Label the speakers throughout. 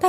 Speaker 1: 大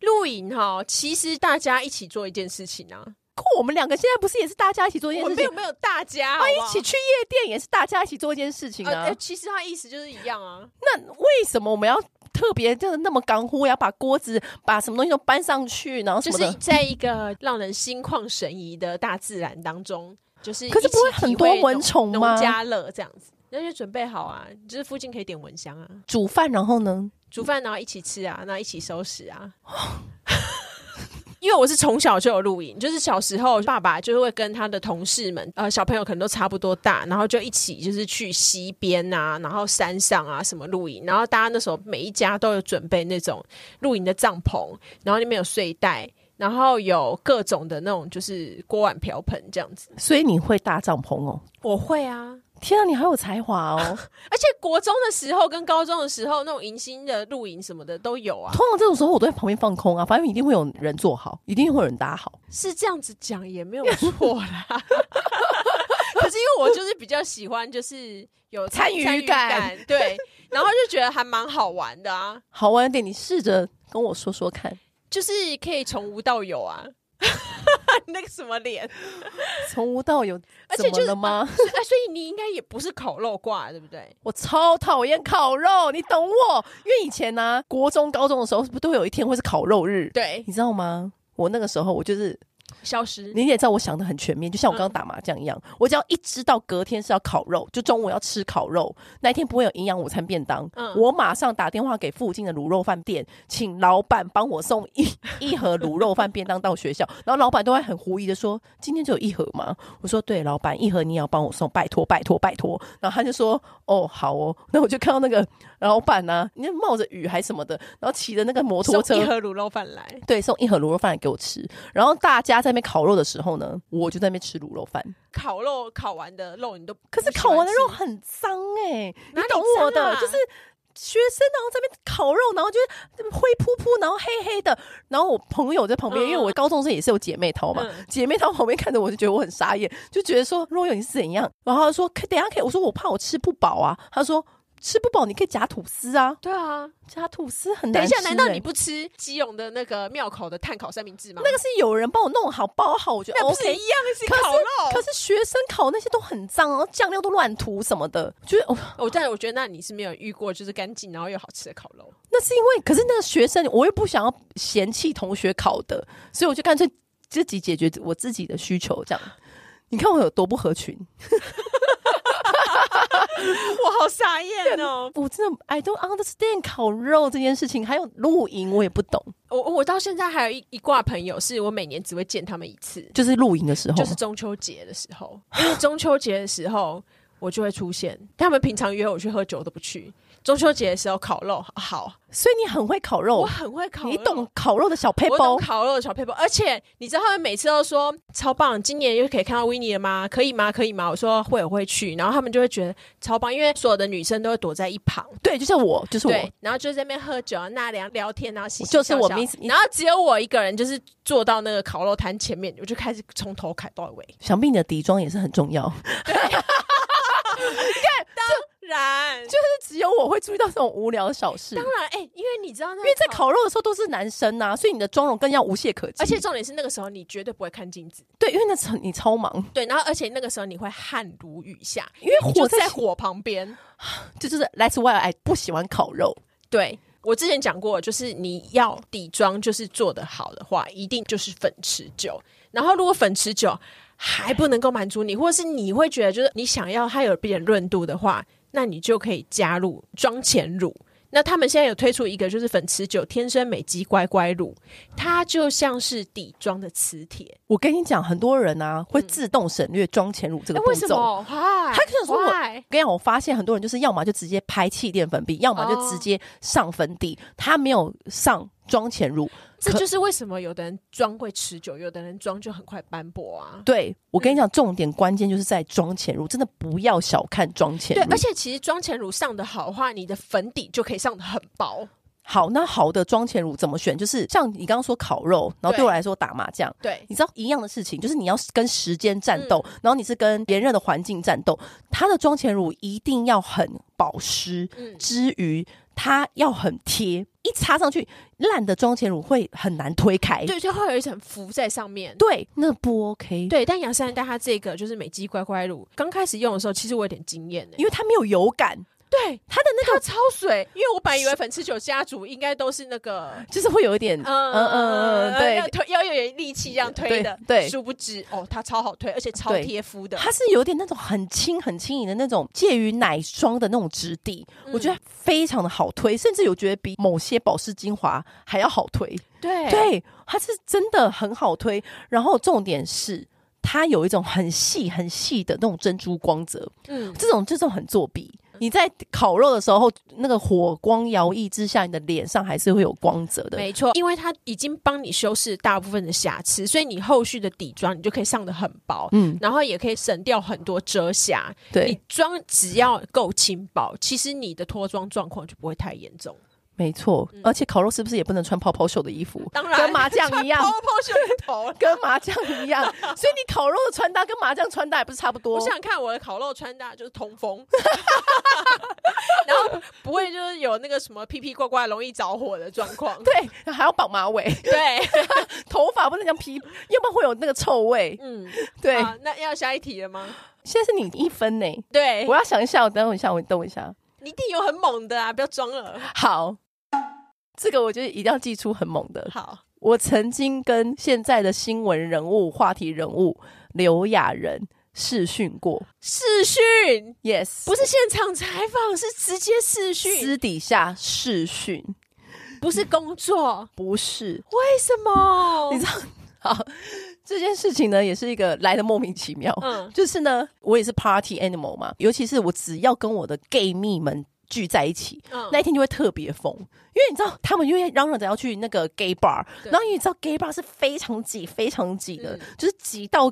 Speaker 2: 露营哈，其实大家一起做一件事情啊，
Speaker 1: 可我们两个现在不是也是大家一起做一件
Speaker 2: 我
Speaker 1: 事
Speaker 2: 没
Speaker 1: 情
Speaker 2: 有？没有大家，
Speaker 1: 他
Speaker 2: 好不
Speaker 1: 一
Speaker 2: 好
Speaker 1: 起去夜店也是大家一起做一件事情
Speaker 2: 呃
Speaker 1: 啊
Speaker 2: 呃。其实他意思就是一样啊。
Speaker 1: 那为什么我们要特别就是那么干呼，要把锅子、把什么东西都搬上去，然后什
Speaker 2: 就
Speaker 1: 么
Speaker 2: 是
Speaker 1: 的？
Speaker 2: 在一个让人心旷神怡的大自然当中，就是
Speaker 1: 可是
Speaker 2: 一起
Speaker 1: 不会很多
Speaker 2: 体会
Speaker 1: 蚊虫
Speaker 2: 农
Speaker 1: 吗
Speaker 2: 农家乐这样子，那就准备好啊，就是附近可以点蚊香啊，
Speaker 1: 煮饭，然后呢？
Speaker 2: 煮饭然后一起吃啊，然后一起收拾啊。 因为我是从小就有露营，就是小时候爸爸就会跟他的同事们，呃，小朋友可能都差不多大，然后就一起就是去溪边啊，然后山上啊什么露营，然后大家那时候每一家都有准备那种露营的帐篷，然后里面有睡袋，然后有各种的那种就是锅碗瓢盆这样子。
Speaker 1: 所以你会搭帐篷哦？
Speaker 2: 我会啊，
Speaker 1: 天啊，你好有才华哦！
Speaker 2: 而且国中的时候跟高中的时候那种迎新的露营什么的都有啊。
Speaker 1: 通常这种时候我都在旁边放空啊，反正一定会有人做好，一定会有人搭好。
Speaker 2: 是这样子讲也没有错啦。 可是因为我就是比较喜欢，就是有
Speaker 1: 参与感，
Speaker 2: 对，然后就觉得还蛮好玩的啊，
Speaker 1: 好玩一点，你试着跟我说说看，
Speaker 2: 就是可以从无到 有啊。那个什么脸，
Speaker 1: 从无到有，
Speaker 2: 而且
Speaker 1: 怎么
Speaker 2: 就是
Speaker 1: 了吗？
Speaker 2: 所以啊所以你应该也不是烤肉挂，对不对？
Speaker 1: 我超讨厌烤肉，你懂我？因为以前呢、国中、高中的时候，是不是都有一天会是烤肉日？
Speaker 2: 对，
Speaker 1: 你知道吗？我那个时候我就是，
Speaker 2: 消失。
Speaker 1: 你也知道我想的很全面，就像我刚刚打麻将一样，我只要一知道隔天是要烤肉，就中午要吃烤肉，那一天不会有营养午餐便当，
Speaker 2: 嗯
Speaker 1: 我马上打电话给附近的卤肉饭店，请老板帮我送一一盒卤肉饭便当到学校，然后老板都会很狐疑的说：“今天只有一盒吗？”我说：“对，老板，一盒你也要帮我送，拜托，拜托，拜托。”然后他就说：“哦，好哦。” 那我就看到那个老板呢、啊，你冒着雨还什么的，然后骑着那个摩托
Speaker 2: 送
Speaker 1: 车
Speaker 2: 一盒卤肉饭来，
Speaker 1: 对，送一盒卤肉饭给我吃。然后大家在那边烤肉的时候呢，我就在那边吃卤肉饭。
Speaker 2: 烤肉烤完的肉你都
Speaker 1: 可是
Speaker 2: 不喜
Speaker 1: 烤
Speaker 2: 欢
Speaker 1: 完的肉
Speaker 2: 吃
Speaker 1: 很脏哎、你
Speaker 2: 哪里
Speaker 1: 懂我
Speaker 2: 脏
Speaker 1: 的，
Speaker 2: 啊
Speaker 1: 就是学生然后在那边烤肉，然后就是灰扑扑，然后黑黑的。然后我朋友在旁边，
Speaker 2: 嗯
Speaker 1: 因为我高中生也是有姐妹淘嘛，
Speaker 2: 嗯
Speaker 1: 姐妹淘旁边看着我就觉得我很傻眼，就觉得说若有你是怎样？然后她说可等一下可以，我说我怕我吃不饱啊。她说吃不饱你可以夹吐司啊，
Speaker 2: 对啊。
Speaker 1: 夹吐司很
Speaker 2: 等
Speaker 1: 难
Speaker 2: 一
Speaker 1: 吃、
Speaker 2: 下，难道
Speaker 1: 欸
Speaker 2: 你不吃基隆的那个庙口的炭烤三明治吗？
Speaker 1: 那个是有人帮我弄好包好？我觉得
Speaker 2: 那
Speaker 1: OK，
Speaker 2: 不是一样是
Speaker 1: 可是
Speaker 2: 烤肉？
Speaker 1: 可是学生烤那些都很脏，然后酱料都乱涂什么的，就是、哦、
Speaker 2: 我但我觉得那你是没有遇过，就是干净然后又好吃的烤肉。
Speaker 1: 那是因为，可是那个学生我又不想要嫌弃同学烤的，所以我就干脆自己解决我自己的需求，这样。你看我有多不合群，
Speaker 2: 我好傻眼哦！
Speaker 1: 我真的 I don't understand 烤肉这件事情，还有露营我也不懂，
Speaker 2: 我我到现在还有一一挂朋友，是我每年只会见他们一次，
Speaker 1: 就是露营的时候，
Speaker 2: 就是中秋节的时候，因为中秋节的时候我就会出现。他们平常约我去喝酒都不去，中秋节的时候烤肉好，
Speaker 1: 所以你很会烤肉
Speaker 2: 我，很会烤肉，
Speaker 1: 你懂烤肉的小 p
Speaker 2: 我
Speaker 1: a
Speaker 2: 懂烤肉的小配包，而且你知道他们每次都说超棒，今年又可以看到 w i n n i e 了吗？可以吗？可以吗？我说会，我会去。然后他们就会觉得超棒，因为所有的女生都会躲在一旁，
Speaker 1: 对，就像我，就是我，
Speaker 2: 对，然后就在那边喝酒啊、纳凉、聊天，然后嘻嘻
Speaker 1: 就是
Speaker 2: 笑
Speaker 1: 我
Speaker 2: 笑
Speaker 1: miss-
Speaker 2: 然后只有我一个人就是坐到那个烤肉摊前面，我就开始从 头砍到尾。
Speaker 1: 想必你的底妆也是很重要。
Speaker 2: 当然，然，
Speaker 1: 就是 只有我会注意到这种无聊的小事。
Speaker 2: 当然，哎、因为你知道那，
Speaker 1: 因为在，烤肉的时候都是男生呐、所以你的妆容更要无懈可击。
Speaker 2: 而且重点是那个时候你绝对不会看镜子，
Speaker 1: 对，因为那时候你超忙，
Speaker 2: 对，然后而且那个时候你会汗如雨下，
Speaker 1: 因为
Speaker 2: 你就
Speaker 1: 火
Speaker 2: 在
Speaker 1: 在
Speaker 2: 火旁边。
Speaker 1: 这就是 That's why I 不喜欢烤肉。
Speaker 2: 对我之前讲过，就是你要底妆就是做得好的话，一定就是粉持久。然后如果粉持久还不能够满足你，或是你会觉得就是你想要它有一点润度的话，那你就可以加入妆前乳。那他们现在有推出一个就是粉持久天生美肌乖乖乳，它就像是底妆的磁铁。
Speaker 1: 我跟你讲，很多人啊会自动省略妆前乳这个
Speaker 2: 哎，
Speaker 1: 步
Speaker 2: 为什
Speaker 1: 骤。
Speaker 2: 么？哇，
Speaker 1: 他可能说我
Speaker 2: 我
Speaker 1: 我跟你讲，我发现很多人就是要么就直接拍气垫粉饼，要么就直接上粉底，他没有上妆前乳。
Speaker 2: 这
Speaker 1: 可
Speaker 2: 就是为什么有的人妆会持久，有的人妆就很快斑驳啊。
Speaker 1: 对我跟你讲，重点关键就是在妆前乳，真的不要小看妆前
Speaker 2: 对
Speaker 1: 乳。，
Speaker 2: 而且其实妆前乳上的好的话，你的粉底就可以上的很薄。
Speaker 1: 好，那好的妆前乳怎么选？就是像你刚刚说烤肉，然后
Speaker 2: 对
Speaker 1: 对我来说打麻将。
Speaker 2: 对，
Speaker 1: 你知道一样的事情，就是你要跟时间战斗，
Speaker 2: 嗯
Speaker 1: 然后你是跟炎热的环境战斗。它的妆前乳一定要很保湿，
Speaker 2: 嗯，
Speaker 1: 之余它要很贴，一擦上去烂的妆前乳会很难推开。
Speaker 2: 对，就会有一层浮在上面。
Speaker 1: 对，那不 OK。，
Speaker 2: 对，但杨珊黛它这个就是美肌乖乖乳，刚开始用的时候，其实我有点惊艳呢、
Speaker 1: 因为它没有油感，
Speaker 2: 对，
Speaker 1: 它的那
Speaker 2: 它
Speaker 1: 个
Speaker 2: 超水，因为我本来以为粉刺酒家族应该都是那个，
Speaker 1: 就是会有一点，嗯
Speaker 2: 嗯
Speaker 1: 嗯嗯嗯，
Speaker 2: 要
Speaker 1: 对。
Speaker 2: 推要有点力气这样推的，
Speaker 1: 对对
Speaker 2: 殊不知哦，它超好推，而且超
Speaker 1: 对
Speaker 2: 贴肤的。
Speaker 1: 它是有点那种很轻很轻盈的那种，介于奶霜的那种质地，
Speaker 2: 嗯
Speaker 1: 我觉得非常的好推，甚至有觉得比某些保湿精华还要好推。
Speaker 2: 对
Speaker 1: 对，它是真的很好推。然后重点是，它有一种很细很细的那种珍珠光泽，
Speaker 2: 嗯，
Speaker 1: 这种这种很作弊。你在烤肉的时候，那个火光摇曳之下，你的脸上还是会有光泽的。
Speaker 2: 没错，因为它已经帮你修饰大部分的瑕疵，所以你后续的底妆你就可以上的很薄，
Speaker 1: 嗯，
Speaker 2: 然后也可以省掉很多遮瑕。你
Speaker 1: 对，
Speaker 2: 妆只要够轻薄，其实你的脱妆状况就不会太严重。
Speaker 1: 没错。
Speaker 2: 嗯
Speaker 1: 而且烤肉是不是也不能穿泡泡袖的衣服？
Speaker 2: 当然
Speaker 1: 跟麻将一样
Speaker 2: 泡，泡袖 头。
Speaker 1: 跟麻将一 样。所以你烤肉的穿搭跟麻将穿搭也不是差不多。
Speaker 2: 我想想看，我的烤肉穿搭就是通风， 然后不会就是有那个什么屁屁怪怪容易着火的状况。
Speaker 1: 对，还要绑马尾，
Speaker 2: 对，
Speaker 1: 头发不能这样披，要不然会有那个臭味。
Speaker 2: 嗯，
Speaker 1: 对，
Speaker 2: 好那要下一题了吗？
Speaker 1: 现在是你一分呢、
Speaker 2: 对
Speaker 1: 我，要想一下，我等我一下，我等我一下。
Speaker 2: 你一定有很猛的啊，不要装了。
Speaker 1: 好，这个我觉得一定要记出很猛的。
Speaker 2: 好，
Speaker 1: 我曾经跟现在的新闻人物、话题人物刘亚仁视讯过
Speaker 2: 视讯。
Speaker 1: ，yes，
Speaker 2: 不是现场采访，是直接视讯，
Speaker 1: 私底下视讯，
Speaker 2: 不是工作。
Speaker 1: 不是。
Speaker 2: 为什么？
Speaker 1: 你知道，好，这件事情呢，也是一个来的莫名其妙。
Speaker 2: 嗯
Speaker 1: 就是呢，我也是 party animal 嘛，尤其是我只要跟我的 gay 蜜们聚在一起，
Speaker 2: 嗯
Speaker 1: 那一天就会特别疯，因为你知道他们因为嚷嚷着要去那个 gay bar，
Speaker 2: 对
Speaker 1: 然后因为你知道 gay bar 是非常挤、非常挤的，
Speaker 2: 嗯
Speaker 1: 就是挤到。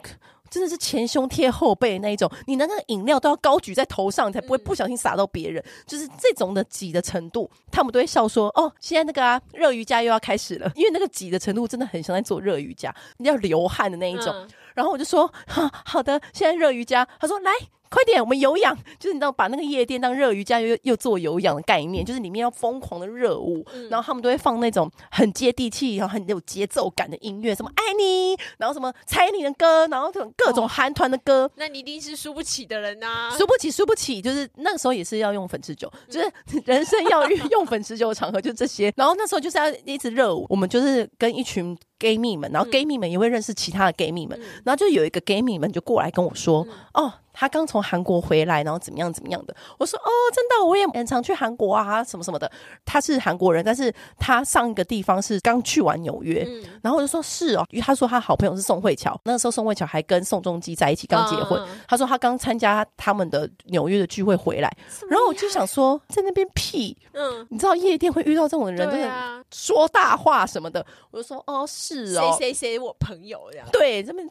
Speaker 1: 真的是前胸贴后背的那一种，你的那个饮料都要高举在头上，你才不会
Speaker 2: 嗯
Speaker 1: 不小心洒到别人。就是这种的挤的程度，他们都会笑说：“哦，现在那个啊，热瑜伽又要开始了。”因为那个挤的程度真的很像在做热瑜伽，要流汗的那一种。
Speaker 2: 嗯
Speaker 1: 然后我就说，哈，好的，现在热瑜伽。他说，来，快点，我们有氧，就是你知道，把那个夜店当热瑜伽，又又做有氧的概念，就是里面要疯狂的热舞，
Speaker 2: 嗯
Speaker 1: 然后他们都会放那种很接地气，然后很有节奏感的音乐，什么爱你，然后什么猜你的歌，然后这种各种韩团的歌。
Speaker 2: 那你一定是输不起的人啊呐、
Speaker 1: 输不起，输不起，就是那个时候也是要用粉持久，就是 人生要用粉持久的场合就这些。然后那时候就是要一直热舞，我们就是跟一群 gay 蜜们，然后 gay 蜜们也会认识其他的 gay 蜜们，然后就有一个 gay 蜜们就过来跟我说，
Speaker 2: 嗯
Speaker 1: 哦。他刚从韩国回来，然后怎么样怎么样的？我说哦，真的，我也很常去韩国啊，什么什么的。他是韩国人，但是他上一个地方是刚去完纽约，
Speaker 2: 嗯，
Speaker 1: 然后我就说是哦，因为他说他好朋友是宋慧乔，那个时候宋慧乔还跟宋仲基在一起，刚结婚。
Speaker 2: 嗯嗯嗯
Speaker 1: 他说他刚参加他们的纽约的聚会回来，然后我就想说在那边屁，
Speaker 2: 嗯，
Speaker 1: 你知道夜店会遇到这种人，真
Speaker 2: 对
Speaker 1: 的
Speaker 2: 啊，
Speaker 1: 说大话什么的。我就说哦是
Speaker 2: 谁
Speaker 1: 哦，
Speaker 2: 谁谁我朋友这样，
Speaker 1: 对这边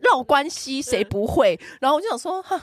Speaker 1: 绕关系谁不会？然后我就想说哈。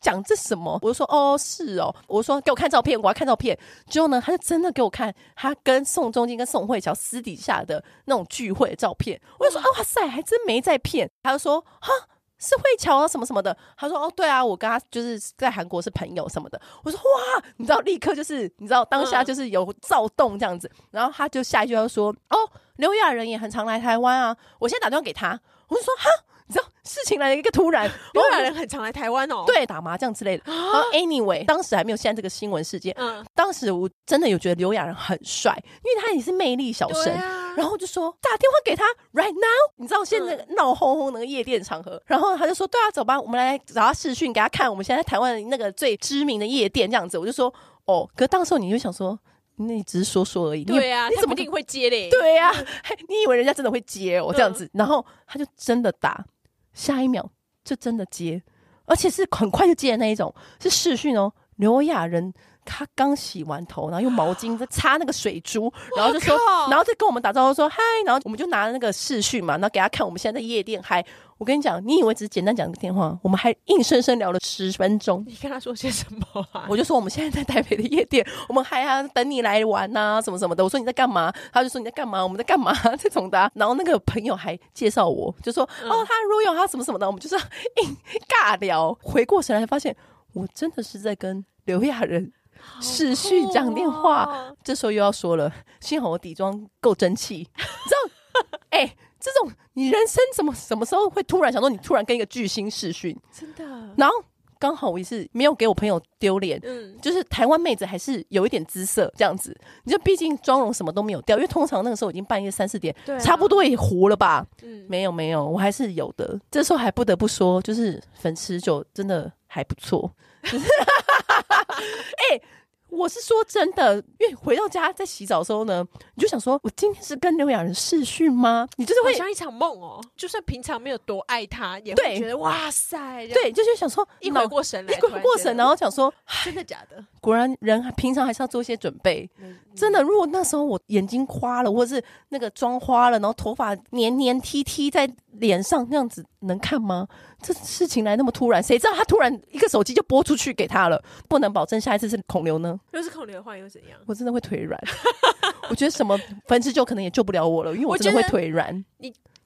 Speaker 1: 讲这什么？我就说哦，是哦。我说给我看照片，我要看照片。结果呢，他就真的给我看他跟宋仲基跟宋慧乔私哦底下的那种聚会的照片。我就说啊，哇塞，还真没在骗。他就说哈，是慧乔啊什么什么的。他说哦对啊，我跟他就是在韩国是朋友什么的。我说哇，你知道立刻就是你知道当下就是有躁动这样子。然后他就下一句他就说哦，刘亚仁也很常来台湾啊，我先打电话给他。我就说哈，你知道事情来了一个突 然，然后
Speaker 2: 罗
Speaker 1: 我
Speaker 2: 马
Speaker 1: 就
Speaker 2: 人很常来台湾哦。，啊
Speaker 1: 对打麻将之类的。然后 anyway，当时还没有现在这个新闻事件，
Speaker 2: 嗯，
Speaker 1: 当时我真的有觉得刘亚仁很帅，因为他也是魅力小
Speaker 2: 对
Speaker 1: 生。
Speaker 2: 啊，
Speaker 1: 然后我就说打电话给他 right now，你知道现在闹哄哄那个夜店场合，然后他就说对啊，走吧，我们来找他视讯给他看，我们现在台湾那个最知名的夜店这样子。我就说哦，可当时候你就想说，你只是说说而已，你也
Speaker 2: 对啊，
Speaker 1: 你
Speaker 2: 他
Speaker 1: 怎
Speaker 2: 不
Speaker 1: 么
Speaker 2: 一定会接嘞？
Speaker 1: 对呀、嘿你以为人家真的会接哦这样子？然后他就真的打，下一秒就真的接，而且是很快就接的那一种，是视讯哦。刘亚仁他刚洗完头，然后用毛巾在擦那个水珠，然后就说，
Speaker 2: 靠
Speaker 1: 然后再跟我们打招呼说嗨，然后我们就拿那个视讯嘛，然后给他看我们现在在夜店嗨。我跟你讲，你以为只是简单讲个电话，我们还硬生生聊了十分钟。
Speaker 2: 你跟他说些什么啊？
Speaker 1: 我就说我们现在在台北的夜店，我们还啊等你来玩呐、什么什么的。我说你在干嘛？他就说你在干嘛？我们在干嘛？ 这种的啊、然后那个朋友还介绍我，就说、哦，他如果有他什么什么的，我们就是硬尬聊。回过神来发现，我真的是在跟刘亚仁视讯讲电话。
Speaker 2: 哦
Speaker 1: 这时候又要说了，幸好我底妆够争气，你知道？哎、这种你人生怎么什么时候会突然想说你突然跟一个巨星视讯？
Speaker 2: 真的，
Speaker 1: 然后刚好我也是没有给我朋友丢脸，
Speaker 2: 嗯，
Speaker 1: 就是台湾妹子还是有一点姿色这样子，你就毕竟妆容什么都没有掉，因为通常那个时候已经半夜三四点，
Speaker 2: 对啊
Speaker 1: 差不多也糊了吧？
Speaker 2: 嗯，
Speaker 1: 没有没有，我还是有的。这时候还不得不说，就是粉丝就真的还不错。 哎、我是说真的，因为回到家在洗澡的时候呢，你就想说，我今天是跟刘亚仁视讯吗？你就是
Speaker 2: 好
Speaker 1: 会
Speaker 2: 像一场梦哦。就算平常没有多爱他，也
Speaker 1: 对
Speaker 2: 会觉得哇塞，这样
Speaker 1: 对，就是想说
Speaker 2: 一回
Speaker 1: 脑
Speaker 2: 过神来，
Speaker 1: 一回过神，然后想说，
Speaker 2: 突然觉得 真的假的？
Speaker 1: 果然人平常还是要做一些准备。
Speaker 2: 嗯
Speaker 1: 真的，如果那时候我眼睛花了，或者是那个妆花了，然后头发黏黏 T T 在脸上那样子，能看吗？这事情来那么突然，谁知道他突然一个手机就拨出去给他了？不能保证下一次是孔刘呢，
Speaker 2: 又是孔刘换又怎样？
Speaker 1: 我真的会腿软。 我觉得什么粉丝就可能也救不了我了，因为我真的会
Speaker 2: 我觉得
Speaker 1: 腿软。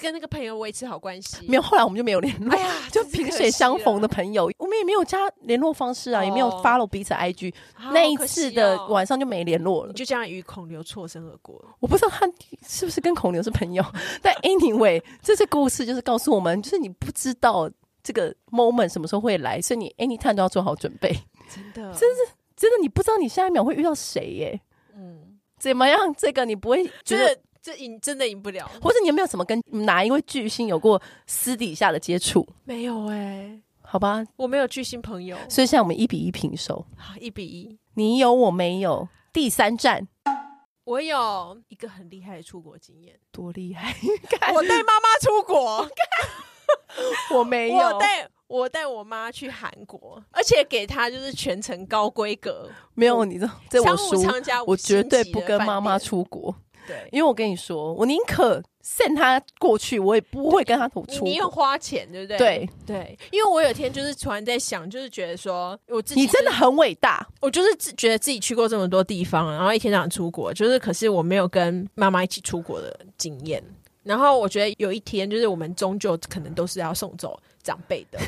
Speaker 2: 跟那个朋友维持好关系，
Speaker 1: 没有，后来我们就没有联络。
Speaker 2: 哎呀，
Speaker 1: 就
Speaker 2: 真是
Speaker 1: 萍
Speaker 2: 可
Speaker 1: 水
Speaker 2: 惜
Speaker 1: 相逢
Speaker 2: 了
Speaker 1: 的朋友，我们也没有加联络方式啊，也没有
Speaker 2: 哦
Speaker 1: follow 彼此 IG，、
Speaker 2: 好
Speaker 1: 那一
Speaker 2: 可
Speaker 1: 次
Speaker 2: 惜
Speaker 1: 的
Speaker 2: 哦
Speaker 1: 晚上就没联络了
Speaker 2: 你。就这样与孔刘错身而过了。
Speaker 1: 我不知道他是不是跟孔刘是朋友， 但 anyway，这次故事就是告诉我们，就是你不知道这个 moment 什么时候会来，所以你 anytime 都要做好准备。
Speaker 2: 真的，
Speaker 1: 真是真的，你不知道你下一秒会遇到谁耶？
Speaker 2: 嗯，
Speaker 1: 怎么样？这个你不会
Speaker 2: 觉
Speaker 1: 觉得，
Speaker 2: 得这赢真的赢不了，
Speaker 1: 或者你有没有什么跟哪一位巨星有过私底下的接触？
Speaker 2: 没有哎、
Speaker 1: 好吧，
Speaker 2: 我没有巨星朋友，
Speaker 1: 所以现在我们一比一平手，
Speaker 2: 啊一比一。
Speaker 1: 你有我没有。第三站
Speaker 2: 我有一个很厉害的出国经验，
Speaker 1: 多厉害！
Speaker 2: 我带妈妈出国，
Speaker 1: 我没有
Speaker 2: 我，带我带我妈去韩国，而且给她就是全程高规格，
Speaker 1: 没有你知道，这我
Speaker 2: 商务
Speaker 1: 输，
Speaker 2: 舱加
Speaker 1: 我
Speaker 2: 五星
Speaker 1: 绝对
Speaker 2: 级
Speaker 1: 不
Speaker 2: 的
Speaker 1: 跟
Speaker 2: 饭
Speaker 1: 妈妈
Speaker 2: 店，
Speaker 1: 出国。
Speaker 2: 对，
Speaker 1: 因为我跟你说，我宁可 send 他过去，我也不会跟他同
Speaker 2: 你
Speaker 1: 出
Speaker 2: 你用
Speaker 1: 国。
Speaker 2: 花钱对不对？
Speaker 1: 对
Speaker 2: 对，因为我有一天就是突然在想，就是觉得说我自己
Speaker 1: 你真的
Speaker 2: 就是
Speaker 1: 很伟大，
Speaker 2: 我就是自觉得自己去过这么多地方，然后一天到晚出国，就是可是我没有跟妈妈一起出国的经验。然后我觉得有一天，就是我们终究可能都是要送走长辈的，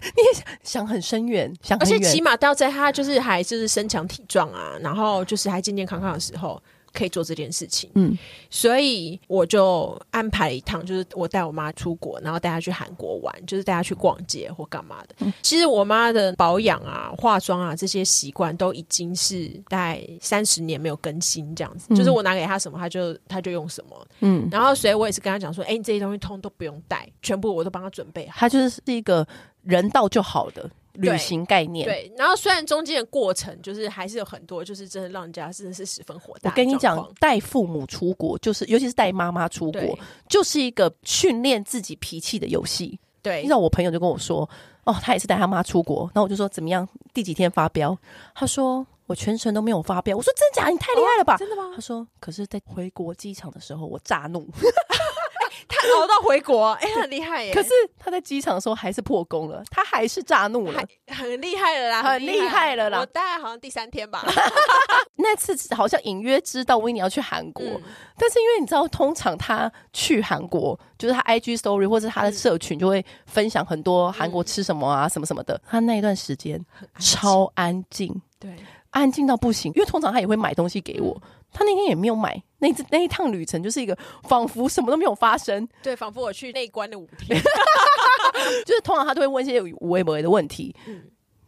Speaker 1: 想很深远，想
Speaker 2: 而
Speaker 1: 很
Speaker 2: 且
Speaker 1: 远。
Speaker 2: 起码到在他就是还就是身强体壮啊，然后就是还健健康康的时候，可以做这件事情。
Speaker 1: 嗯，
Speaker 2: 所以我就安排了一趟，就是我带我妈出国，然后带她去韩国玩，就是带她去逛街或干嘛的。
Speaker 1: 嗯
Speaker 2: 其实我妈的保养啊、化妆啊这些习惯都已经是大概三十年没有更新这样子，
Speaker 1: 嗯
Speaker 2: 就是我拿给她什么，她就她就用什么。
Speaker 1: 嗯，
Speaker 2: 然后所以我也是跟她讲说，哎、你这些东西通都不用带，全部我都帮她准备好。
Speaker 1: 他就是一个人到就好的旅行概念。，
Speaker 2: 对，然后虽然中间的过程就是还是有很多，就是真的让人家真的是十分火
Speaker 1: 我
Speaker 2: 大的状况。
Speaker 1: 跟你讲，带父母出国就是，尤其是带妈妈出国
Speaker 2: 对，
Speaker 1: 就是一个训练自己脾气的游戏。你
Speaker 2: 对
Speaker 1: 知，道我朋友就跟我说，哦，他也是带他妈出国，然后我就说怎么样，第几天发飙？他说我全程都没有发飙。我说真假？你太厉害了吧？
Speaker 2: 真的吗
Speaker 1: 他？说：“可是，在回国机场的时候，我炸怒。
Speaker 2: 他熬到回国， 哎、很厉害耶！
Speaker 1: 可是他在机场的时候还是破功了，他还是炸怒了
Speaker 2: 还。很厉害了啦，
Speaker 1: 很厉害了啦
Speaker 2: 我大概好像第三天 吧，
Speaker 1: 那次好像隐约知道维尼要去韩国，
Speaker 2: 嗯
Speaker 1: 但是因为你知道，通常他去韩国，就是他 IG story 或者他
Speaker 2: 嗯
Speaker 1: 的社群就会分享很多韩国吃什么啊、什么什么的。他那一段时间超安静，
Speaker 2: 对，
Speaker 1: 安静到不行，因为通常他也会买东西给
Speaker 2: 嗯
Speaker 1: 我，他那天也没有买。那一次那一趟旅程就是一个仿佛什么都没有发生，
Speaker 2: 对，仿佛我去内关的五 天，
Speaker 1: 就是通常他都会问一些有微博的问题，
Speaker 2: 嗯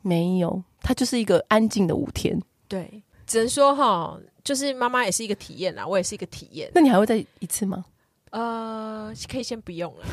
Speaker 1: 没有，他就是一个安静的五天。
Speaker 2: 对，只能说哈，就是妈妈也是一个体验啦，我也是一个体验，
Speaker 1: 那你还会再一次吗？
Speaker 2: 呃，可以先不用了。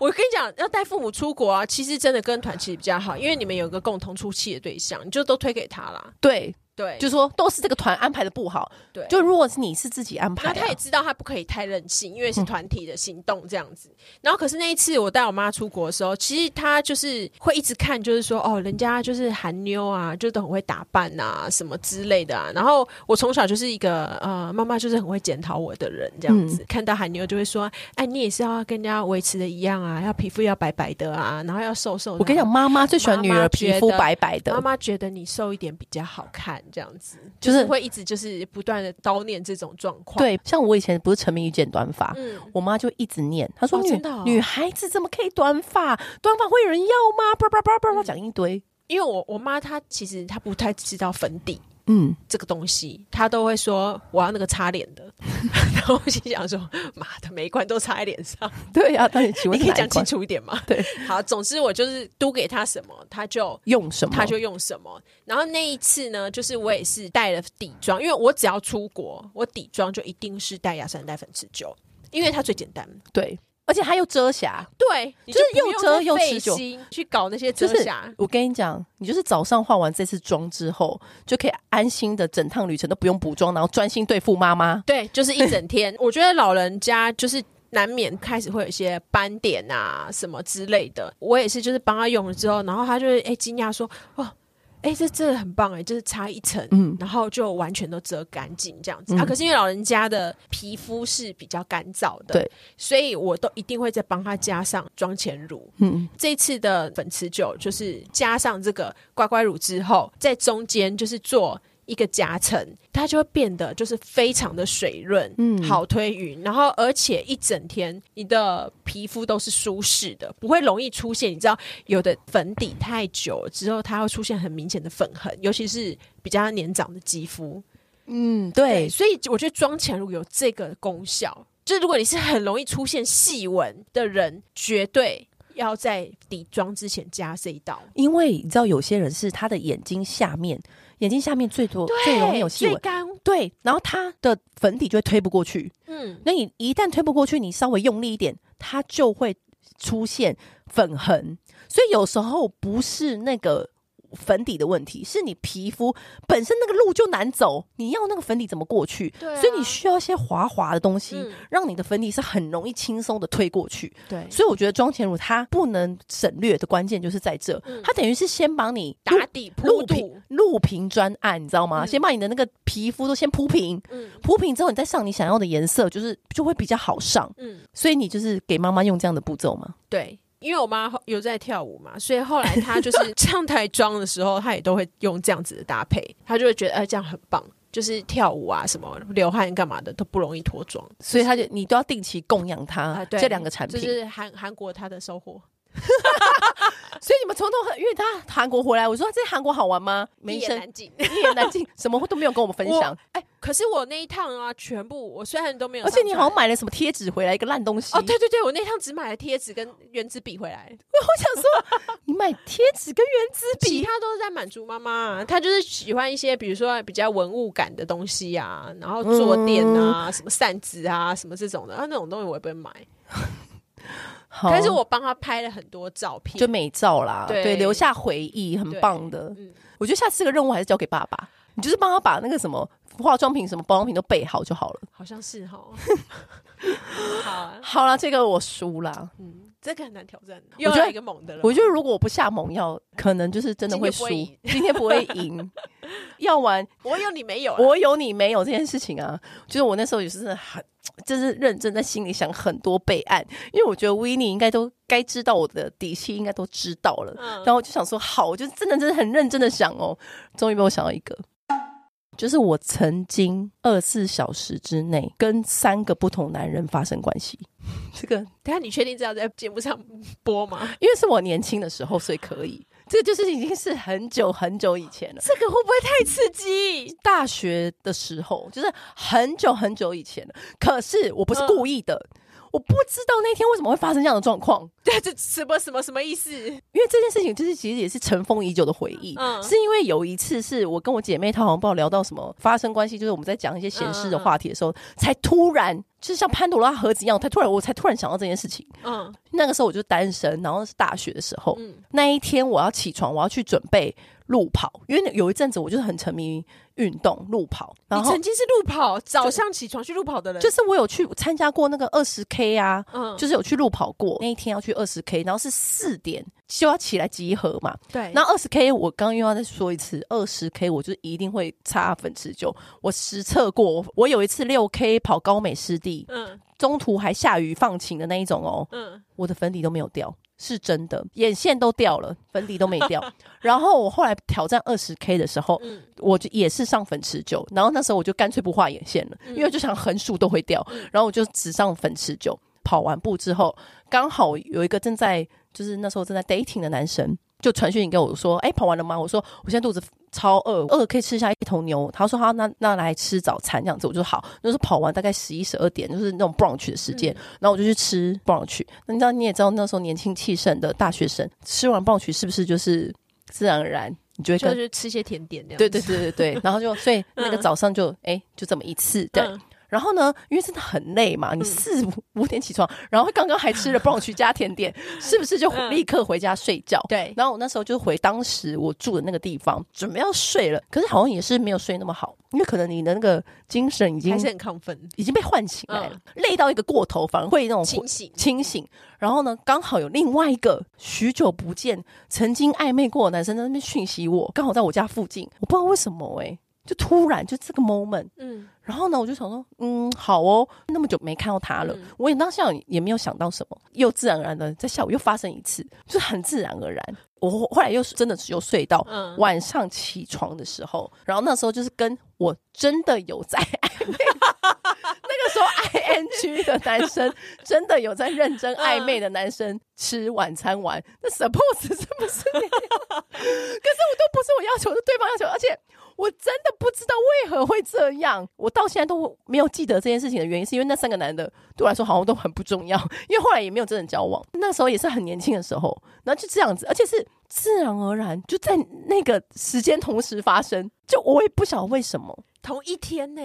Speaker 2: 我跟你讲，要带父母出国啊，其实真的跟团其实比较好，因为你们有一个共同出气的对象，你就都推给他啦。
Speaker 1: 对，
Speaker 2: 对，
Speaker 1: 就说都是这个团安排的不好。
Speaker 2: 对，
Speaker 1: 就如果是你是自己安排、
Speaker 2: 那
Speaker 1: 啊，嗯
Speaker 2: 他也知道他不可以太任性，因为是团体的行动这样子。然后可是那一次我带我妈出国的时候，其实她就是会一直看，就是说哦，人家就是韩妞啊，就都很会打扮啊，什么之类的啊。然后我从小就是一个呃，妈妈就是很会检讨我的人，这样
Speaker 1: 嗯
Speaker 2: 子、看到韩妞就会说，哎，你也是要跟人家维持的一样啊，要皮肤要白白的啊，然后要瘦瘦的啊、
Speaker 1: 我跟你讲，妈妈最喜欢女
Speaker 2: 妈
Speaker 1: 儿
Speaker 2: 妈
Speaker 1: 皮
Speaker 2: 觉
Speaker 1: 肤
Speaker 2: 得
Speaker 1: 白白的，
Speaker 2: 妈妈觉得你瘦一点比较好看，这样子
Speaker 1: 就是
Speaker 2: 会一直就是不断的叨念这种状况。，
Speaker 1: 对。像我以前不是沉迷于剪短发。
Speaker 2: 嗯。
Speaker 1: 我妈就一直念，她说
Speaker 2: 哦
Speaker 1: 女、
Speaker 2: 真的哦
Speaker 1: 女孩子怎么可以短发？短发会有人要吗？叭叭叭叭
Speaker 2: 嗯
Speaker 1: 叭讲一堆，
Speaker 2: 因为我我妈她其实她不太知道粉底
Speaker 1: 嗯，
Speaker 2: 这个东西，她都会说我要那个擦脸的， 然后我心想说妈的每一罐都擦在脸上，
Speaker 1: 对呀、啊。那你请
Speaker 2: 你
Speaker 1: 问
Speaker 2: 可
Speaker 1: 是
Speaker 2: 以
Speaker 1: 哪一
Speaker 2: 讲清
Speaker 1: 款
Speaker 2: 楚一点吗？
Speaker 1: 对，
Speaker 2: 好，总之我就是嘟给她什么，她就。
Speaker 1: 用什么？
Speaker 2: 她就用什么，然后那一次呢，就是我也是带了底妆，因为我只要出国，我底妆就一定是带雅诗兰黛粉持久，因为它最简单。
Speaker 1: 对，而且她又遮瑕。
Speaker 2: 对，你
Speaker 1: 就是
Speaker 2: 不用
Speaker 1: 又遮
Speaker 2: 再
Speaker 1: 又
Speaker 2: 费
Speaker 1: 持久
Speaker 2: 心去搞那些遮
Speaker 1: 就是
Speaker 2: 瑕。
Speaker 1: 我跟你讲，你就是早上化完这次妆之后，就可以安心的整趟旅程都不用补妆，然后专心对付妈妈。
Speaker 2: 对，就是一整天。 我觉得老人家就是。难免开始会有一些斑点啊什么之类的，我也是，就是帮他用了之后，然后他就会哎惊讶说：“哇，哎这真的很棒哎、就是擦一层，
Speaker 1: 嗯
Speaker 2: 然后就完全都遮干净这样子、
Speaker 1: 嗯
Speaker 2: 啊。”可是因为老人家的皮肤是比较干燥的，
Speaker 1: 对，
Speaker 2: 所以我都一定会再帮他加上妆前乳，
Speaker 1: 嗯，
Speaker 2: 这次的粉持久就是加上这个乖乖乳之后，在中间就是做一个夹层，它就会变得就是非常的水润，
Speaker 1: 嗯
Speaker 2: 嗯，好推匀，然后而且一整天你的皮肤都是舒适的，不会容易出现你知道有的粉底太久之后，它会出现很明显的粉痕，尤其是比较年长的肌肤，
Speaker 1: 嗯，对，
Speaker 2: 所以我觉得妆前乳有这个功效。就是如果你是很容易出现细纹的人，绝对要在底妆之前加这一道。
Speaker 1: 因为你知道有些人是他的眼睛下面，眼睛下面最多最容易有细
Speaker 2: 最
Speaker 1: 纹。
Speaker 2: 干，
Speaker 1: 对，然后他的粉底就会推不过去。
Speaker 2: 嗯，
Speaker 1: 那你一旦推不过去，你稍微用力一点，它就会出现粉痕。所以有时候不是那个嗯粉底的问题，是你皮肤本身那个路就难走，你要那个粉底怎么过去？
Speaker 2: 对啊
Speaker 1: 所以你需要一些滑滑的东西，
Speaker 2: 嗯
Speaker 1: 让你的粉底是很容易轻松的推过去。
Speaker 2: 对，
Speaker 1: 所以我觉得妆前乳它不能省略的关键就是在这，
Speaker 2: 嗯
Speaker 1: 它等于是先帮你
Speaker 2: 打底
Speaker 1: 录
Speaker 2: 铺
Speaker 1: 平
Speaker 2: 度，
Speaker 1: 录平专案，你知道吗？
Speaker 2: 嗯
Speaker 1: 先把你的那个皮肤都先铺平，
Speaker 2: 嗯
Speaker 1: 铺平之后，你再上你想要的颜色，就是就会比较好上。
Speaker 2: 嗯，
Speaker 1: 所以你就是给妈妈用这样的步骤嘛。
Speaker 2: 对。因为我妈有在跳舞嘛，所以后来她就是 上台妆的时候，她也都会用这样子的搭配，她就会觉得哎、这样很棒，就是跳舞啊什么流汗干嘛的都不容易脱妆
Speaker 1: 所以她就你都要定期供养她
Speaker 2: 啊。对，
Speaker 1: 这两个产品。
Speaker 2: 就是韩韩国她的收获，
Speaker 1: 所以你们从头，因为她韩国回来，我说在韩国好玩 吗？没
Speaker 2: 一言
Speaker 1: 生
Speaker 2: 难尽。
Speaker 1: 一言难尽， 什么都没有跟我们分享。
Speaker 2: 哎、可是我那一趟啊，全部我虽然都没有
Speaker 1: 而
Speaker 2: 上
Speaker 1: 且
Speaker 2: 传，
Speaker 1: 你好像买了什么贴纸回来，一个烂东西。
Speaker 2: 哦，，对对对，我那趟只买了贴纸跟原子笔回来，
Speaker 1: 你买贴纸跟原子
Speaker 2: 其
Speaker 1: 笔，
Speaker 2: 他都是在满足妈妈，她就是喜欢一些比如说比较文物感的东西啊，然后坐垫啊、什么扇子啊、什么这种的，啊那种东西我也不会买，
Speaker 1: 好
Speaker 2: 但是我帮她拍了很多照片，
Speaker 1: 就美照啦，
Speaker 2: 对
Speaker 1: 对，留下回忆，很
Speaker 2: 对
Speaker 1: 棒的。
Speaker 2: 嗯
Speaker 1: 我觉得下次这个任务还是交给爸爸，你就是帮他把那个什么化妆品、什么保养品都备好就好了。
Speaker 2: 好像是哈，好啊，
Speaker 1: 好啦，这个我输啦，
Speaker 2: 嗯，这个很难挑战的，
Speaker 1: 觉
Speaker 2: 又
Speaker 1: 得
Speaker 2: 来一个猛的了。
Speaker 1: 我觉得如果我不下猛药，可能就是真的会输，今天不会 赢。要玩
Speaker 2: 我有你没有、啊，
Speaker 1: 我有你没有这件事情啊，就是我那时候也是真的很，就是认真在心里想很多备案，因为我觉得 w i n n i e 应该都该知道我的底细，应该都知道了。
Speaker 2: 嗯
Speaker 1: 然后我就想说，好，我就真的真的很认真的想哦，终于被我想到一个，就是我曾经二十四小时之内跟三个不同男人发生关系，这个
Speaker 2: 等一下你确定这要在节目上播吗？
Speaker 1: 因为是我年轻的时候，所以可以。这就是已经是很久很久以前了，
Speaker 2: 这个会不会太刺激？
Speaker 1: 大学的时候，就是很久很久以前了。可是我不是故意的，
Speaker 2: 嗯
Speaker 1: 我不知道那天为什么会发生这样的状况，
Speaker 2: 对， 这什么什么什么意思？
Speaker 1: 因为这件事情就是其实也是尘封已久的回忆。
Speaker 2: 嗯
Speaker 1: 是因为有一次是我跟我姐妹，她好像不知道聊到什么发生关系，就是我们在讲一些闲
Speaker 2: 嗯
Speaker 1: 事的话题的时候，才突然就是像潘多拉盒子一样，才突然我才突然想到这件事情。
Speaker 2: 嗯
Speaker 1: 那个时候我就单身，然后是大学的时候，
Speaker 2: 嗯
Speaker 1: 那一天我要起床，我要去准备路跑，因为有一阵子我就是很沉迷运动路跑，然
Speaker 2: 你
Speaker 1: 后
Speaker 2: 曾经是路跑，早上起床去路跑的人，
Speaker 1: 就是我有去参加过那个二十 K 啊，
Speaker 2: 嗯
Speaker 1: 就是有去路跑过，那一天要去二十 K，然后是四点就要起来集合嘛。
Speaker 2: 对
Speaker 1: 那二十 K 我刚刚又要再说一次，二十 K 我就是一定会擦粉持久，我实测过，我有一次六 K 跑高美湿地，
Speaker 2: 嗯
Speaker 1: 中途还下雨放晴的那一种哦，
Speaker 2: 嗯，
Speaker 1: 我的粉底都没有掉，是真的，眼线都掉了，粉底都没掉。 然后我后来挑战二十 K 的时候，
Speaker 2: 嗯
Speaker 1: 我就也是上粉持久，然后那时候我就干脆不画眼线了，因为就想横竖都会掉，然后我就只上粉持久。跑完步之后，刚好有一个正在就是那时候正在 dating 的男生。就传讯给我说，哎、跑完了吗？我说我现在肚子超饿，饿可以吃下一头牛。他说好，那那来吃早餐这样子，我就说好。那时候跑完大概十一十二点，就是那种 brunch 的时间，然后我就去吃 brunch。那你知道你也知道那时候年轻气盛的大学生，吃完 brunch 是不是就是自然而然你就会跟
Speaker 2: 就是吃些甜点这样。
Speaker 1: 对对对对对，然后就 所以那个早上就哎、就这么一次对。
Speaker 2: 嗯
Speaker 1: 然后呢，因为真的很累嘛，你四五五点起床，然后刚刚还吃了 brunch 加甜 点，是不是就
Speaker 2: 嗯
Speaker 1: 立刻回家睡觉？
Speaker 2: 对
Speaker 1: 然后我那时候就回当时我住的那个地方，准备要睡了，可是好像也是没有睡那么好，因为可能你的那个精神已经
Speaker 2: 还是嗯很亢奋，
Speaker 1: 已经被唤醒来了，累到一个过头，反而会那种
Speaker 2: 清醒。
Speaker 1: 清醒。然后呢，刚好有另外一个许久不见、曾经暧昧过的男生在那边讯息我，刚好在我家附近，我不知道为什么哎、就突然就这个 moment，
Speaker 2: 嗯，
Speaker 1: 然后呢，我就想说，嗯，好哦，那么久没看到他了，
Speaker 2: 嗯
Speaker 1: 我也当下也没有想到什么，又自然而然的在下午又发生一次，就是很自然而然。我后后来又真的只有睡到
Speaker 2: 嗯
Speaker 1: 晚上起床的时候，然后那时候就是跟我真的有在暧 昧，那个时候 I N G 的男生真的有在认真暧昧的男生吃晚餐玩，那 suppose 是不是你？可是我都不是我要求，是对方要求，而且我真的不知道为何会这样，我到现在都没有记得这件事情的原因，是因为那三个男的对我来说好像都很不重要，因为后来也没有真的交往。那时候也是很年轻的时候，然后就这样子，而且是自然而然就在那个时间同时发生，就我也不晓得为什么。
Speaker 2: 同一天呢、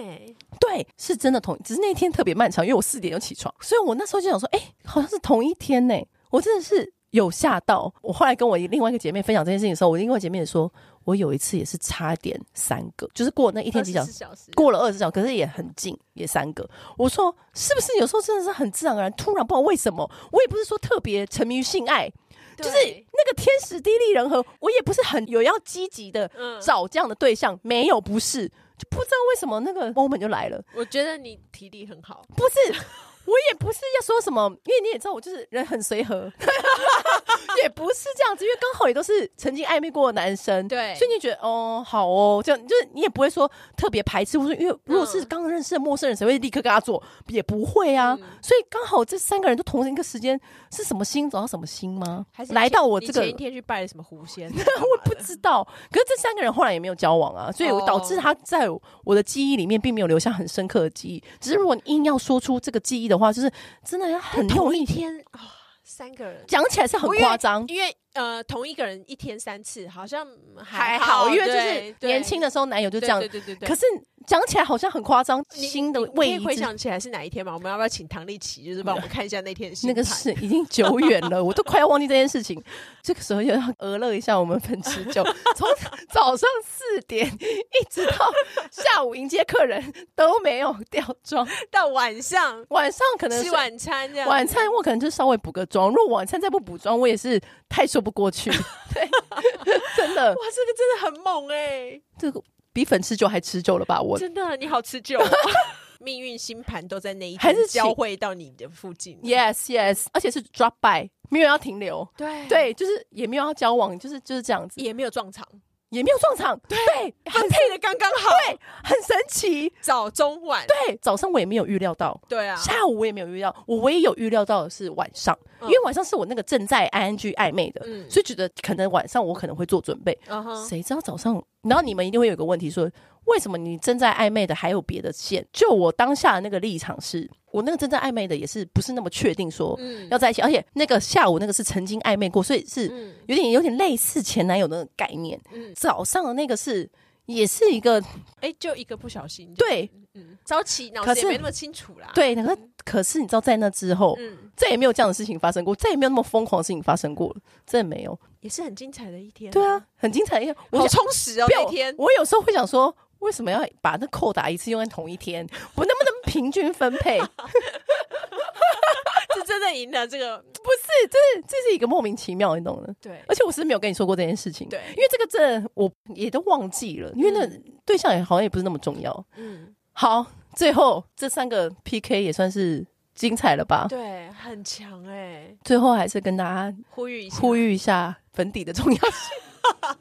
Speaker 1: 对，是真的同，只是那天特别漫长，因为我四点就起床，所以我那时候就想说，哎、好像是同一天呢、我真的是有吓到。我后来跟我另外一个姐妹分享这件事情的时候，我另外一个姐妹也说，我有一次也是差点三个， 就是过那一
Speaker 2: 一
Speaker 1: 天几小时。
Speaker 2: 小时
Speaker 1: 过了二十小时，可是也很近，也三个。我说是不是有时候真的是很自然而然，突然不知道为什么，我也不是说特别沉迷于性爱，
Speaker 2: 就
Speaker 1: 就是那个天时地利人和，我也不是很有要积极的
Speaker 2: 嗯
Speaker 1: 找这样的对象，没有不是，就不知道为什么那个 moment 就来了。
Speaker 2: 我觉得你体力很好，
Speaker 1: 不是， 我也不是要说什么，因为你也知道我就是人很随和， 也不是这样子，因为刚好也都是曾经暧昧过的男生，
Speaker 2: 对
Speaker 1: 所以你觉得哦好哦，这样就是你也不会说特别排斥，或者因
Speaker 2: 嗯
Speaker 1: 为如果是刚认识的陌生人，谁会立刻跟他做？也不会啊，
Speaker 2: 嗯
Speaker 1: 所以刚好这三个人都同一个时间，是什么星走到什么星吗？
Speaker 2: 还是你
Speaker 1: 来到
Speaker 2: 前
Speaker 1: 我这
Speaker 2: 你前
Speaker 1: 个
Speaker 2: 一。天去拜了什么狐 仙？
Speaker 1: 我不知道，可是这三个人后来也没有交往啊，所以我
Speaker 2: 哦
Speaker 1: 导致他在我的记忆里面并没有留下很深刻的记忆。只是如果你硬要说出这个记忆的话，就是真的要很用
Speaker 2: 同
Speaker 1: 力
Speaker 2: 一，天啊、三个人，
Speaker 1: 讲起来是很夸张，
Speaker 2: 因为呃同一个人一天三次，好像
Speaker 1: 还
Speaker 2: 好
Speaker 1: 好，，因为就是年轻
Speaker 2: 的
Speaker 1: 的时候男友就这样
Speaker 2: 对。对对对。
Speaker 1: 可是讲起来好像很夸张，
Speaker 2: 你
Speaker 1: 新的
Speaker 2: 你
Speaker 1: 位
Speaker 2: 你可以回
Speaker 1: 移之
Speaker 2: 想起来是哪一天吗？我们要不要请唐丽琪，就 是帮我们看一下那天的星
Speaker 1: 那个
Speaker 2: 盘
Speaker 1: 是已经久远了，我都快要忘记这件事情。这个时候又要讹乐一下我们粉持久， 从早上四点一直到下午迎接客人都没有掉妆，
Speaker 2: 到晚上
Speaker 1: 晚上可能
Speaker 2: 吃
Speaker 1: 是
Speaker 2: 晚餐这样，
Speaker 1: 晚餐我可能就稍微补个妆，如果晚餐再不补妆，我也是太说不过 去。对，真的
Speaker 2: 哇，，这个真的很猛哎、
Speaker 1: 这个比粉持久还持久了吧？我
Speaker 2: 真的你好持久、 哦，命运星盘都在那一
Speaker 1: 还
Speaker 2: 天
Speaker 1: 是请
Speaker 2: 交汇到你的附近。
Speaker 1: yes yes，而且是 drop by，没有要停留。
Speaker 2: 对，
Speaker 1: 对，就是也没有要交往，就是就是这样子，
Speaker 2: 也没有撞场，
Speaker 1: 也没有撞场，对，
Speaker 2: 它
Speaker 1: 很
Speaker 2: 配的刚刚好，对，
Speaker 1: 很神奇。
Speaker 2: 早中晚，
Speaker 1: 对，早上我也没有预料到，
Speaker 2: 对啊，
Speaker 1: 下午我也没有预料，我唯一有预料到的是晚上，
Speaker 2: 嗯
Speaker 1: 因为晚上是我那个正在 ing 暧昧的，
Speaker 2: 嗯
Speaker 1: 所以觉得可能晚上我可能会做准备。
Speaker 2: 嗯哼，
Speaker 1: 谁知道早上？然后你们一定会有一个问题说，为什么你正在暧昧的还有别的线？就我当下的那个立场是，我那个正在暧昧的也是不是那么确定说
Speaker 2: 嗯
Speaker 1: 要在一起，而且那个下午那个是曾经暧昧过，所以是
Speaker 2: 嗯
Speaker 1: 有点有点类似前男友的那个概念。
Speaker 2: 嗯，
Speaker 1: 早上的那个是也是一个
Speaker 2: 哎，就一个不小心，，
Speaker 1: 对
Speaker 2: 嗯，早起脑
Speaker 1: 可
Speaker 2: 子
Speaker 1: 是
Speaker 2: 也没那么清楚啦，，
Speaker 1: 对，可是可是你知道在那之后。
Speaker 2: 嗯，
Speaker 1: 再也没有这样的事情发生过，再也没有那么疯狂的事情发生过了，真的没有。
Speaker 2: 也是很精彩的一天，
Speaker 1: 对，啊，很精彩。因为我
Speaker 2: 好
Speaker 1: 想
Speaker 2: 充实哦，
Speaker 1: 不要
Speaker 2: 那 天
Speaker 1: 我有时候会想说，为什么要把那扣打一次用在同一天？我能不能平均分 配？不
Speaker 2: 是真的赢了这个，
Speaker 1: 是，这是这是一个莫名其妙，你懂的。
Speaker 2: 对
Speaker 1: 而且我是没有跟你说过这件事情，
Speaker 2: 对
Speaker 1: 因为这个这我也都忘记了，因为那对象也好像也不是那么重要。
Speaker 2: 嗯，
Speaker 1: 好，最后这三个 PK 也算是精彩了吧？
Speaker 2: 对，很强哎，
Speaker 1: 最后还是跟大家
Speaker 2: 呼吁一下，
Speaker 1: 欸呼吁一下粉底的重要性。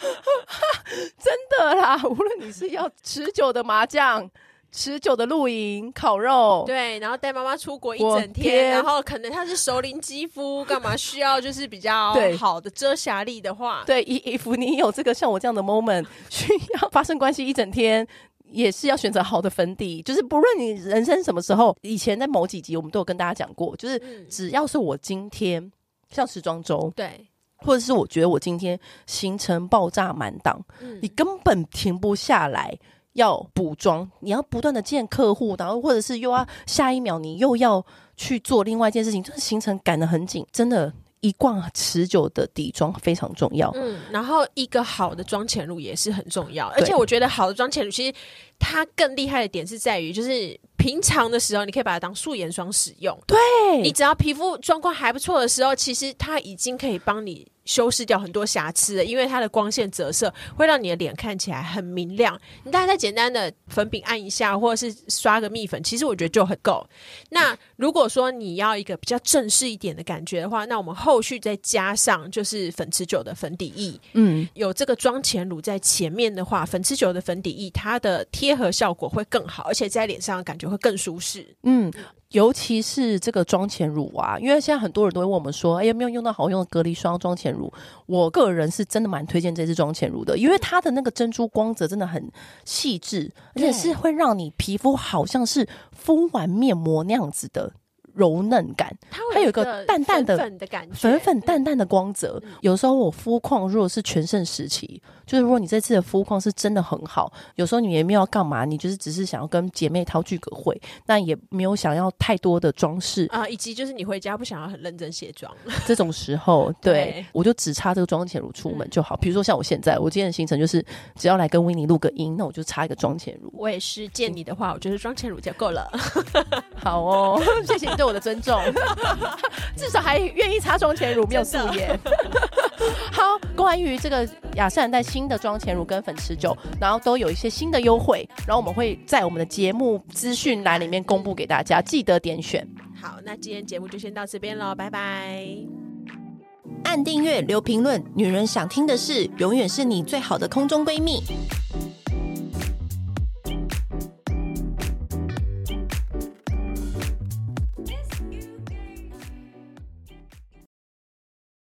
Speaker 1: 真的啦，无论你是要持久的麻将、持久的露营、烤肉，
Speaker 2: 对，然后带妈妈出国一
Speaker 1: 我
Speaker 2: 整天，
Speaker 1: 天
Speaker 2: 然后可能她是熟龄肌肤，干嘛需要就是比较
Speaker 1: 对
Speaker 2: 好的遮瑕力的话，
Speaker 1: 对，以以服你有这个像我这样的 moment，需要发生关系一整天。也是要选择好的粉底，就是不论你人生什么时候，以前在某几集我们都有跟大家讲过，就是
Speaker 2: 嗯，
Speaker 1: 只要是我今天像时装周，
Speaker 2: 对，
Speaker 1: 或者是我觉得我今天行程爆炸满档，
Speaker 2: 嗯
Speaker 1: 你，根本停不下来。要补妆，你要不断的见客户，然后或者是又要下一秒你又要去做另外一件事情，就是行程赶得很紧，真的，一贯持久的底妆非常重要。
Speaker 2: 嗯，然后一个好的妆前乳也是很重要，而
Speaker 1: 对
Speaker 2: 且我觉得好的妆前乳其实它更厉害的点是在于，就是平常的时候你可以把它当素颜霜使用，
Speaker 1: 对
Speaker 2: 你只要皮肤状况还不错的时候，其实它已经可以帮你修饰掉很多瑕疵了，因为它的光线折射会让你的脸看起来很明亮。你大概再简单的粉饼按一下，或者是刷个蜜粉，其实我觉得就很够。
Speaker 1: 嗯
Speaker 2: 那如果说你要一个比较正式一点的感觉的话，那我们后续再加上就是粉持久的粉底液，
Speaker 1: 嗯，
Speaker 2: 有这个妆前乳在前面的话，粉持久的粉底液它的贴合效果会更好，而且在脸上的感觉会更舒适。
Speaker 1: 嗯，尤其是这个妆前乳啊，因为现在很多人都会问我们说，哎、有没有用到好用的隔离霜、妆前乳？我个人是真的蛮推荐这支妆前乳的，因为它的那个珍珠光泽真的很细致，而且是会让你皮肤好像是敷完面膜那样子的柔嫩感，
Speaker 2: 它
Speaker 1: 它
Speaker 2: 会
Speaker 1: 有
Speaker 2: 一
Speaker 1: 一个
Speaker 2: 个
Speaker 1: 淡淡的
Speaker 2: 粉粉的感觉，
Speaker 1: 粉粉淡淡的光泽。有时候我肤况如果是全盛时期，就是如果你这次的肤况是真的很好，有时候你也没有要干嘛，你就是只是想要跟姐妹淘聚个会，那也没有想要太多的装饰，
Speaker 2: 啊、以及就是你回家不想要很认真卸妆，
Speaker 1: 这种时候，对嗯
Speaker 2: 对
Speaker 1: 我就只擦这个妆前乳出门就好。比如说像我现在，我今天的行程就是只要来跟维尼录个音，那我就擦一个妆前乳。
Speaker 2: 我也是见你的话，我觉得妆前乳就够了。
Speaker 1: 好 哦，谢谢你对我的尊 重，至少还愿意擦妆前乳，没有素颜。 好，关于这个雅诗兰黛新的妆前乳跟粉持久，然后都有一些新的优惠，然后我们会在我们的节目资讯栏里面公布给大家，记得点选。
Speaker 2: 好，那今天节目就先到这边喽，拜拜。
Speaker 3: 按订阅，留评论。女人想听的事，永远是你最好的空中闺蜜。